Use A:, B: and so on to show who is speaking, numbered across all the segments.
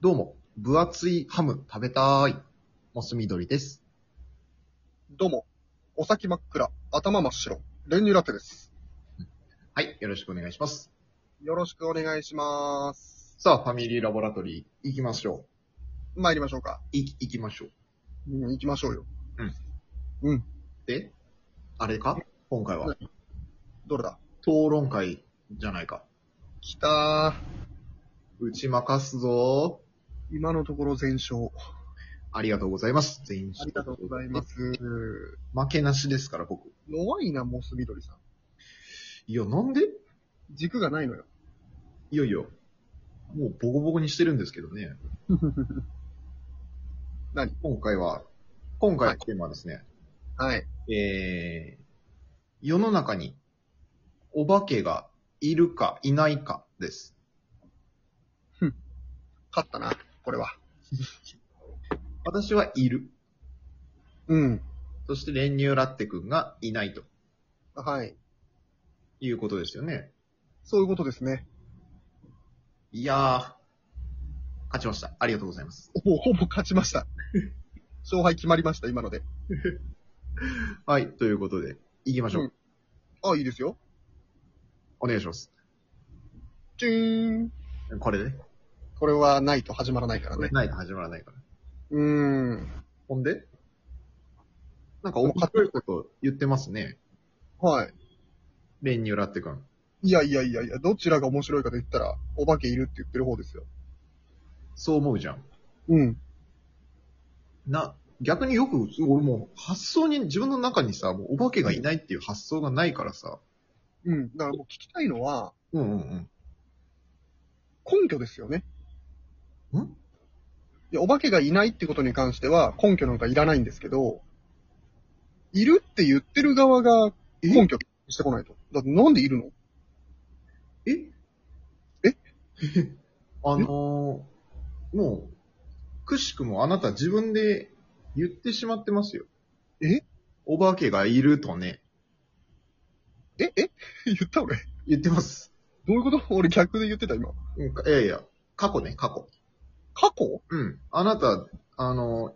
A: どうも、分厚いハム食べたーい。モス緑です。
B: どうも、お先真っ暗、頭真っ白、練乳ラテです。
A: はい、よろしくお願いします。
B: よろしくお願いします。
A: さあ、ファミリーラボラトリー、行きましょ
B: 参りましょうか
A: う。。い、行きましょう。
B: うん、行きましょうよ。うん。うん、
A: で、あれか今回は。
B: どれだ
A: 討論会じゃないか。
B: 来た
A: 打ち負かすぞ
B: ー。今のところ全勝。
A: ー。ありがとうございます。全員
B: ありがとうございま。す。
A: 負けなしですから、僕。
B: 弱いな、モス緑さん。
A: いや、なんで
B: 軸がないのよ。
A: いよいよ。もうボコボコにしてるんですけど ね。
B: 何
A: 今回は、今回
B: は
A: のテーマはですね、
B: はい。
A: えー、世の中にお化けがいるかいないかです。
B: 勝ったな、これは。
A: 私はいる。
B: うん。
A: そして練乳ラッテ君がいないと
B: はい。
A: いうことですよね。
B: そういうことですね。
A: いやー、勝ちました。ありがとうございます。
B: もうほぼ勝ちました。 勝敗決まりました、今ので。
A: はい、ということで、行きましょう。
B: うんあ、いいですよ。
A: お願いします。
B: チューン。
A: これね。
B: これはないと始まらないから
A: こ
B: ね
A: れ。ないと始まらないから。
B: うーん。
A: ほんでなんか面白いこと言ってますね。
B: はい。
A: 練乳ラッテ君。
B: いやいやいやいや、どちらが面白いかと言ったら、お化けいるって言ってる方ですよ。
A: そう思うじゃん。
B: うん。
A: な、逆によく、俺もう発想に、自分の中にさ、もうお化けがいないっていう発想がないからさ。
B: うん。だからもう聞きたいのは、
A: うんうん
B: 根拠ですよね。
A: うん。ん
B: いや、お化けがいないってことに関しては、根拠なんかいらないんですけど、いるって言ってる側が根拠してこないと。だってなんでいるの
A: え
B: え
A: あのー、もう、くしくもあなた自分で言ってしまってますよ。
B: え
A: お化けがいるとね、
B: ええ 言った俺。
A: 言ってます。
B: どういうこと 俺逆で言ってた今。
A: うんかいやいや、過去ね、過去。
B: 過去
A: うん。あなた、あのー、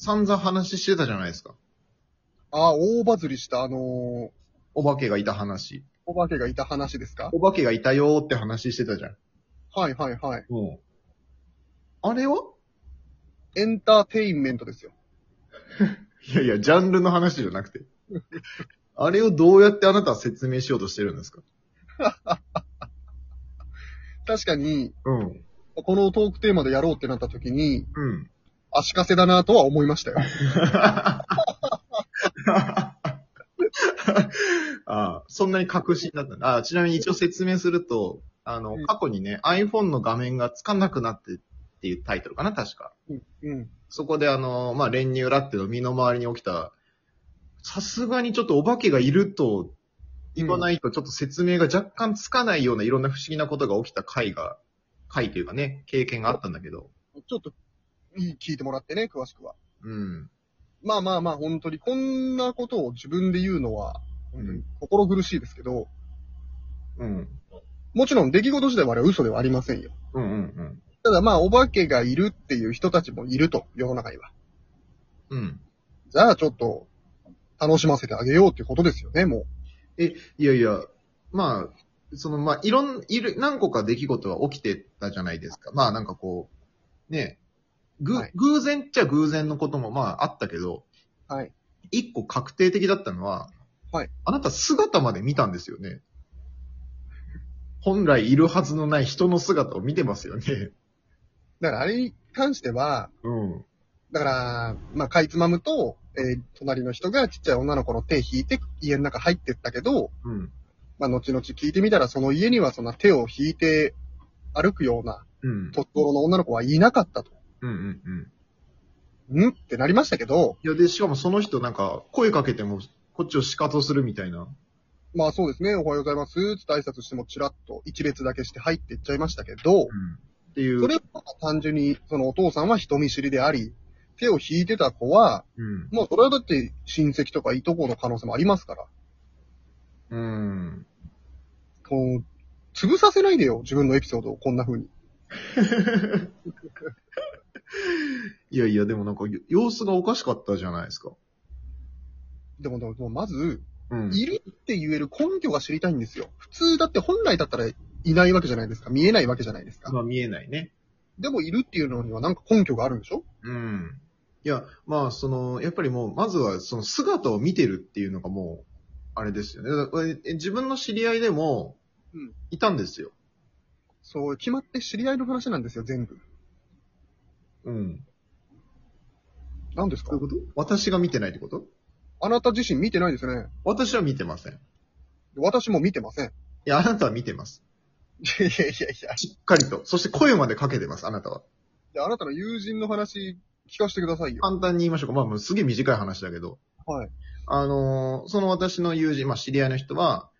A: 散々話してたじゃないですか。
B: ああ、大バズりしたあのー
A: お化けがいた話。
B: お化けがいた話ですか
A: お化けがいたよーって話してたじゃん。
B: はいはいはい。
A: うん。あれは
B: エンターテインメントですよ。
A: いやいや、ジャンルの話じゃなくて。 あれをどうやってあなたは説明しようとしてるんですか
B: 確かに、
A: うん。
B: このトークテーマでやろうってなった時に、
A: うん。
B: 足かせだなとは思いましたよ。
A: ああそんなに確信だったんだああちなみに一応説明すると、あの、
B: うん
A: 過去にね、iPhone の画面がつかなくなってっていうタイトルかな、確か。
B: うん。うん。
A: そこであの、まあ、練乳ラッテの身の回りに起きた、さすがにちょっとお化けがいると言わないと、ちょっと説明が若干つかないようないろんな不思議なことが起きた回が、回というかね、経験があったんだけど。
B: ちょっと、いい聞いてもらってね、詳しくは。
A: うん。
B: まあまあまあ、本当に、こんなことを自分で言うのは、本当に心苦しいですけど、
A: うん。
B: もちろん出来事自体はあれは嘘ではありませんよ。
A: うんうん
B: ただまあ、お化けがいるっていう人たちもいると、世の中には。
A: うん。うん。
B: じゃあ、ちょっと、楽しませてあげようっていうことですよね、も
A: いやいや、まあ、その、まあ、いろん、いる、何個か出来事は起きてたじゃないですか。まあなんかこう、ね、ぐ、
B: はい
A: 偶然っちゃ偶然のこともまああったけど、
B: う。はい。
A: 一個確定的だったのは、
B: はい
A: あなた姿まで見たんですよね。本来いるはずのない人の姿を見てますよね。
B: だから、あれに関しては、
A: うん。
B: だから、まあ、かいつまむと、えー隣の人がちっちゃい女の子の手引いて家の中入ってったけど、
A: うん。
B: まあ、後々聞いてみたら、その家にはそんな手を引いて歩くような
A: うん。
B: 年頃の女の子はいなかったと。
A: うんうんうん。
B: んってなりましたけど、
A: いや、で、しかもその人なんか、声かけても、こっちを仕方するみたいな。
B: まあそうですね、おはようございます、つって挨拶してもチラッと一列だけして入っていっちゃいましたけど、
A: っていう。
B: それは単純に、そのお父さんは人見知りであり、手を引いてた子は、
A: うん。
B: もうそれはだって親戚とかいとこの可能性もありますか
A: う
B: ら、
A: ん。
B: こう、潰させないでよ、自分のエピソードをこんな風に。
A: いやいや、でもなんか、様子がおかしかったじゃないですか。
B: でも、でももうまず、
A: うん。
B: いるって言える根拠が知りたいんですよ。普通だって本来だったらいないわけじゃないですか。見えないわけじゃないですか。
A: まあ見えないね。
B: でもいるっていうのにはなんか根拠があるんでしょ
A: うん。いや、まあ、その、やっぱりもう、まずは、その姿を見てるっていうのがもう、あれですよね。だからえ自分の知り合いでも
B: うん、
A: いたんですよ。
B: そう、決まって知り合いの話なんですよ、全部。
A: うん。
B: 何ですか
A: うこと私が見てないってこと
B: あなた自身見てないですね。
A: 私は見てません。い
B: 私も見てません。
A: や、あなたは見てます。
B: いやいやいやいや。
A: しっかりと。そして声までかけてます、あなたは。
B: で、あなたの友人の話聞かせてくださいよ。
A: 簡単に言いましょうか。まあ、もうすげえ短い話だけど。
B: はい。
A: あのーその私の友人、まあ、知り合いの人は、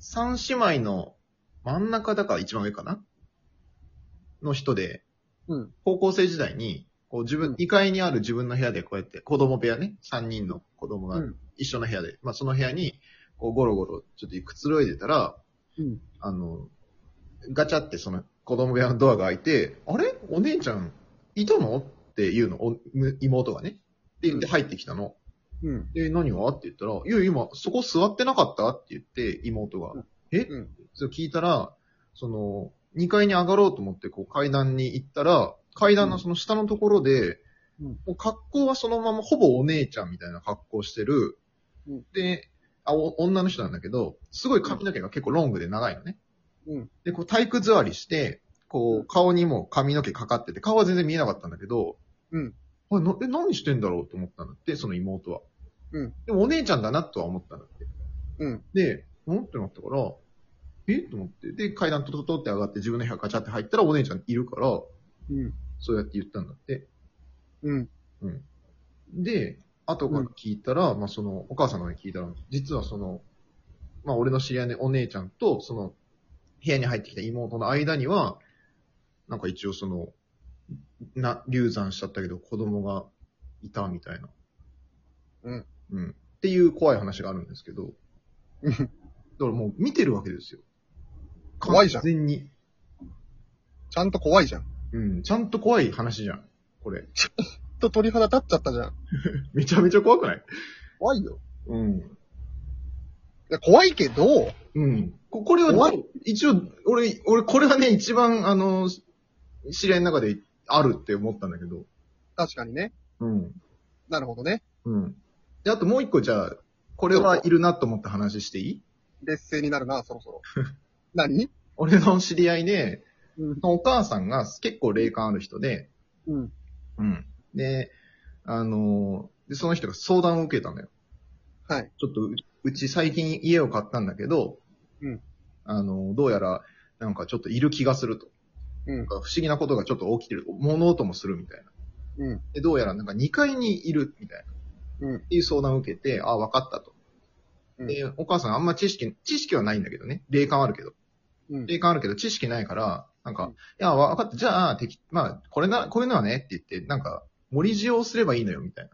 A: 三姉妹の真ん中だから一番上かなの人で、
B: うん。
A: 高校生時代に、こう自
B: うん
A: 分、2階にある自分の部屋でこうやって、子供部屋ね、3人の子供
B: う
A: が
B: ん。
A: 一緒の部屋で、まあその部屋に、こうゴロゴロちょっとくつろいでたら、
B: うん。
A: あの、ガチャってその子供部屋のドアが開いて、あれお姉ちゃん、いたのっていうの、おむ妹がね。って言って入ってきたの。
B: うん。
A: で、何がって言ったら、いや、今、そこ座ってなかったって言って、妹が。
B: うん
A: え
B: うん。
A: それ聞いたら、その、2階に上がろうと思って、こう階段に行ったら、階段のその下のところで、
B: うん
A: もう格好はそのまま、ほぼお姉ちゃんみたいな格好してる。
B: うん
A: で、あお、女の人なんだけど、すごい髪の毛が結構ロングで長いのね。
B: うん
A: で、こう体育座りして、こ
B: うん
A: う、顔にも髪の毛かかってて、顔は全然見えなかったんだけど、
B: うん
A: あれなえ、何してんだろうと思ったんだって、その妹は。
B: うん
A: でもお姉ちゃんだなとは思ったんだって。
B: うん。
A: で、うんってなったから、えと思って。で、階段トトトって上がって自分の部屋ガチャって入ったらお姉ちゃんいるから、
B: うん。
A: そうやって言ったんだって。
B: うん。
A: うん。で、後から聞いたら、まあその、お母様に聞いたら、実はその、まあ俺の知り合いのお姉ちゃんと、その、部屋に入ってきた妹の間には、なんか一応その、な、流産しちゃったけど子供がいたみたいな。
B: うん。
A: うん。っていう怖い話があるんですけど、
B: うん
A: だからもう見てるわけですよ。
B: 怖いじゃん
A: 完全に。
B: ちゃんと怖いじゃん。
A: うん。ちゃんと怖い話じゃん。これ。
B: と鳥肌立っちゃったじゃん。
A: めちゃめちゃ怖くない
B: 怖いよ。
A: うん。
B: いや、怖いけど、
A: うん。ここれは
B: 怖
A: ね、一応、俺、俺、これはね、一番、あの、知り合いの中であるって思ったんだけど。
B: 確かにね。
A: うん。
B: なるほどね。
A: うん。で、あともう一個、じゃあ、これはいるなと思った話していい
B: 劣勢になるな、そろそ ろ。何
A: 俺の知り合いで、
B: うん。
A: お母さんが結構霊感ある人で、
B: うん。
A: うん。で、あのーで、その人が相談を受けたのよ。
B: はい。
A: ちょっとう、うち最近家を買ったんだけど、
B: うん。
A: あのーどうやら、なんかちょっといる気がすると。
B: うん
A: なんか不思議なことがちょっと起きてる。物音もするみたいな。
B: うん。
A: で、どうやらなんか2階にいるみたいな。
B: うん
A: っていう相談を受けて、あ、わかったと。
B: うん
A: で、お母さんあんま知識、知識はないんだけどね。霊感あるけど。
B: うん。
A: 霊感あるけど知識ないから、なんか、
B: うん
A: いや、わかった、じゃあ、てきまあ、これな、こういうのはね、って言って、なんか、森塩をすればいいのよ、みたい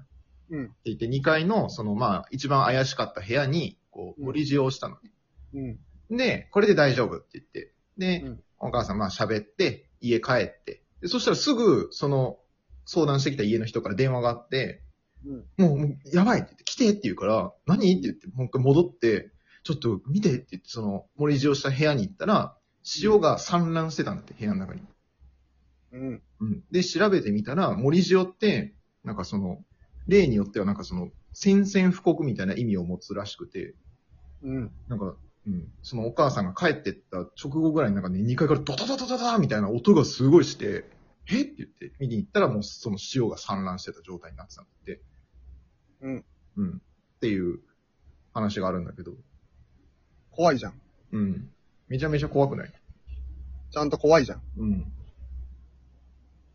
A: な。
B: うん
A: って言って、2階の、その、まあ、一番怪しかった部屋に、こう、
B: うん
A: 森塩をしたのね。
B: うん。
A: で、これで大丈夫って言って。で、
B: うん
A: お母さん、まあ、喋って、家帰って。で、そしたらすぐ、その、相談してきた家の人から電話があって、
B: うん。
A: もう、もうやばいって言って、来てって言うから、何って言って、もう一回戻って、ちょっと見てって言って、その、森塩した部屋に行ったら、塩が散乱してたんだって、部屋の中に。
B: うん。
A: うん。で、調べてみたら、森塩って、なんかその、例によってはなんかその、宣戦布告みたいな意味を持つらしくて、
B: うん。
A: なんか、うん、そのお母さんが帰ってった直後ぐらいになんかね、2階からドタドタドタみたいな音がすごいして、えって言って、見に行ったらもうその塩が散乱してた状態になってたんだって。
B: うん。
A: うん。っていう話があるんだけど、
B: 怖いじゃん。
A: うん。めちゃめちゃ怖くない
B: ちゃんと怖いじゃん。
A: うん。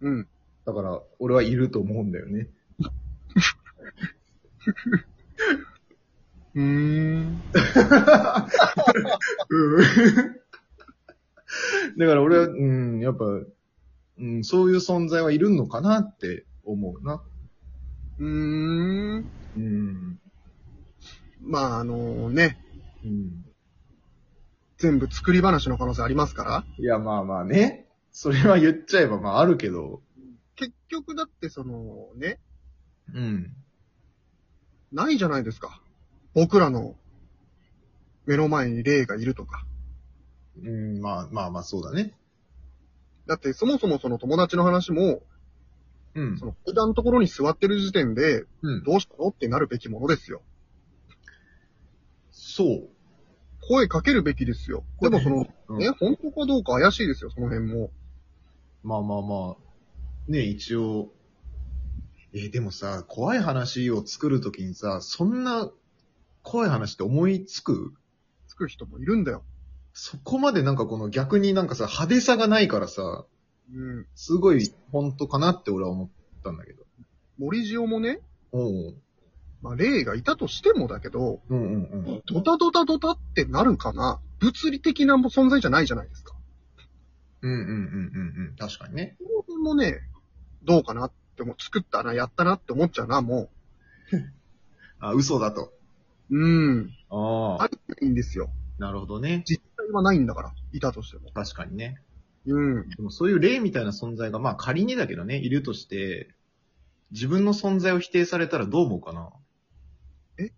B: うん。
A: だから、俺はいると思うんだよね。
B: うーん。
A: だから俺は、うん、やっぱ、うん、そういう存在はいるのかなって思うな。
B: うーん。
A: うん。
B: まあ、あのね、
A: うん。
B: 全部作り話の可能性ありますから。
A: いや、まあまあね。それは言っちゃえば、まああるけど、
B: 結局だってその、ね、
A: うん。
B: ないじゃないですか。僕らの目の前に霊がいるとか。
A: うん、まあまあまあ、そうだね。
B: だってそもそもその友達の話も、
A: うん
B: そ。の階段のところに座ってる時点で、
A: うん。
B: どうしたのってなるべきものですよ。
A: そう。
B: 声かけるべきですよ。でもその、
A: うん
B: ね、本当かどうか怪しいですよ、その辺も。
A: まあまあまあ、ね、一応、えーでもさ、怖い話を作るときにさ、そんな怖い話って思いつく
B: つく人もいるんだよ。
A: そこまでなんかこの逆になんかさ、派手さがないからさ、
B: うん。
A: すごい本当かなって俺は思ったんだけど。
B: 森塩もね、
A: おう
B: まあ、霊がいたとしてもだけど、
A: うんうんうん。
B: ドタドタドタってなるかな物理的な存在じゃないじゃないですか。
A: うんうんうんうんうん。確かにね。
B: この辺もね、どうかなっても、作ったな、やったなって思っちゃうな、も
A: あ、嘘だと。
B: う。うん。
A: あ
B: ありないんですよ。
A: なるほどね。
B: 実際はないんだから、いたとしても。
A: 確かにね。
B: うん。
A: でもそういう霊みたいな存在が、まあ仮にだけどね、いるとして、自分の存在を否定されたらどう思うかな
B: え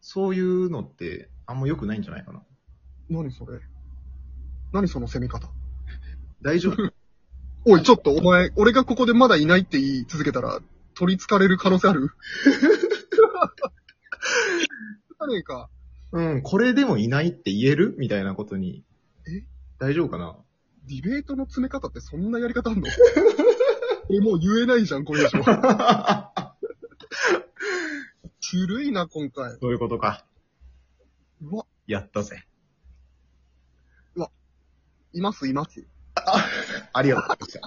A: そういうのって、あんま良くないんじゃないかな。
B: 何それ何その攻め方
A: 大丈夫
B: おい、ちょっとお前、俺がここでまだいないって言い続けたら、取り憑かれる可能性あるかねえか。
A: うん、これでもいないって言えるみたいなことに。
B: え
A: 大丈夫かな
B: ディベートの詰め方ってそんなやり方あんの俺もう言えないじゃん、これでしょ。ずるいな、今回。
A: そういうことか。
B: うわ、
A: やったぜ。
B: います、います。
A: ありがとうございました。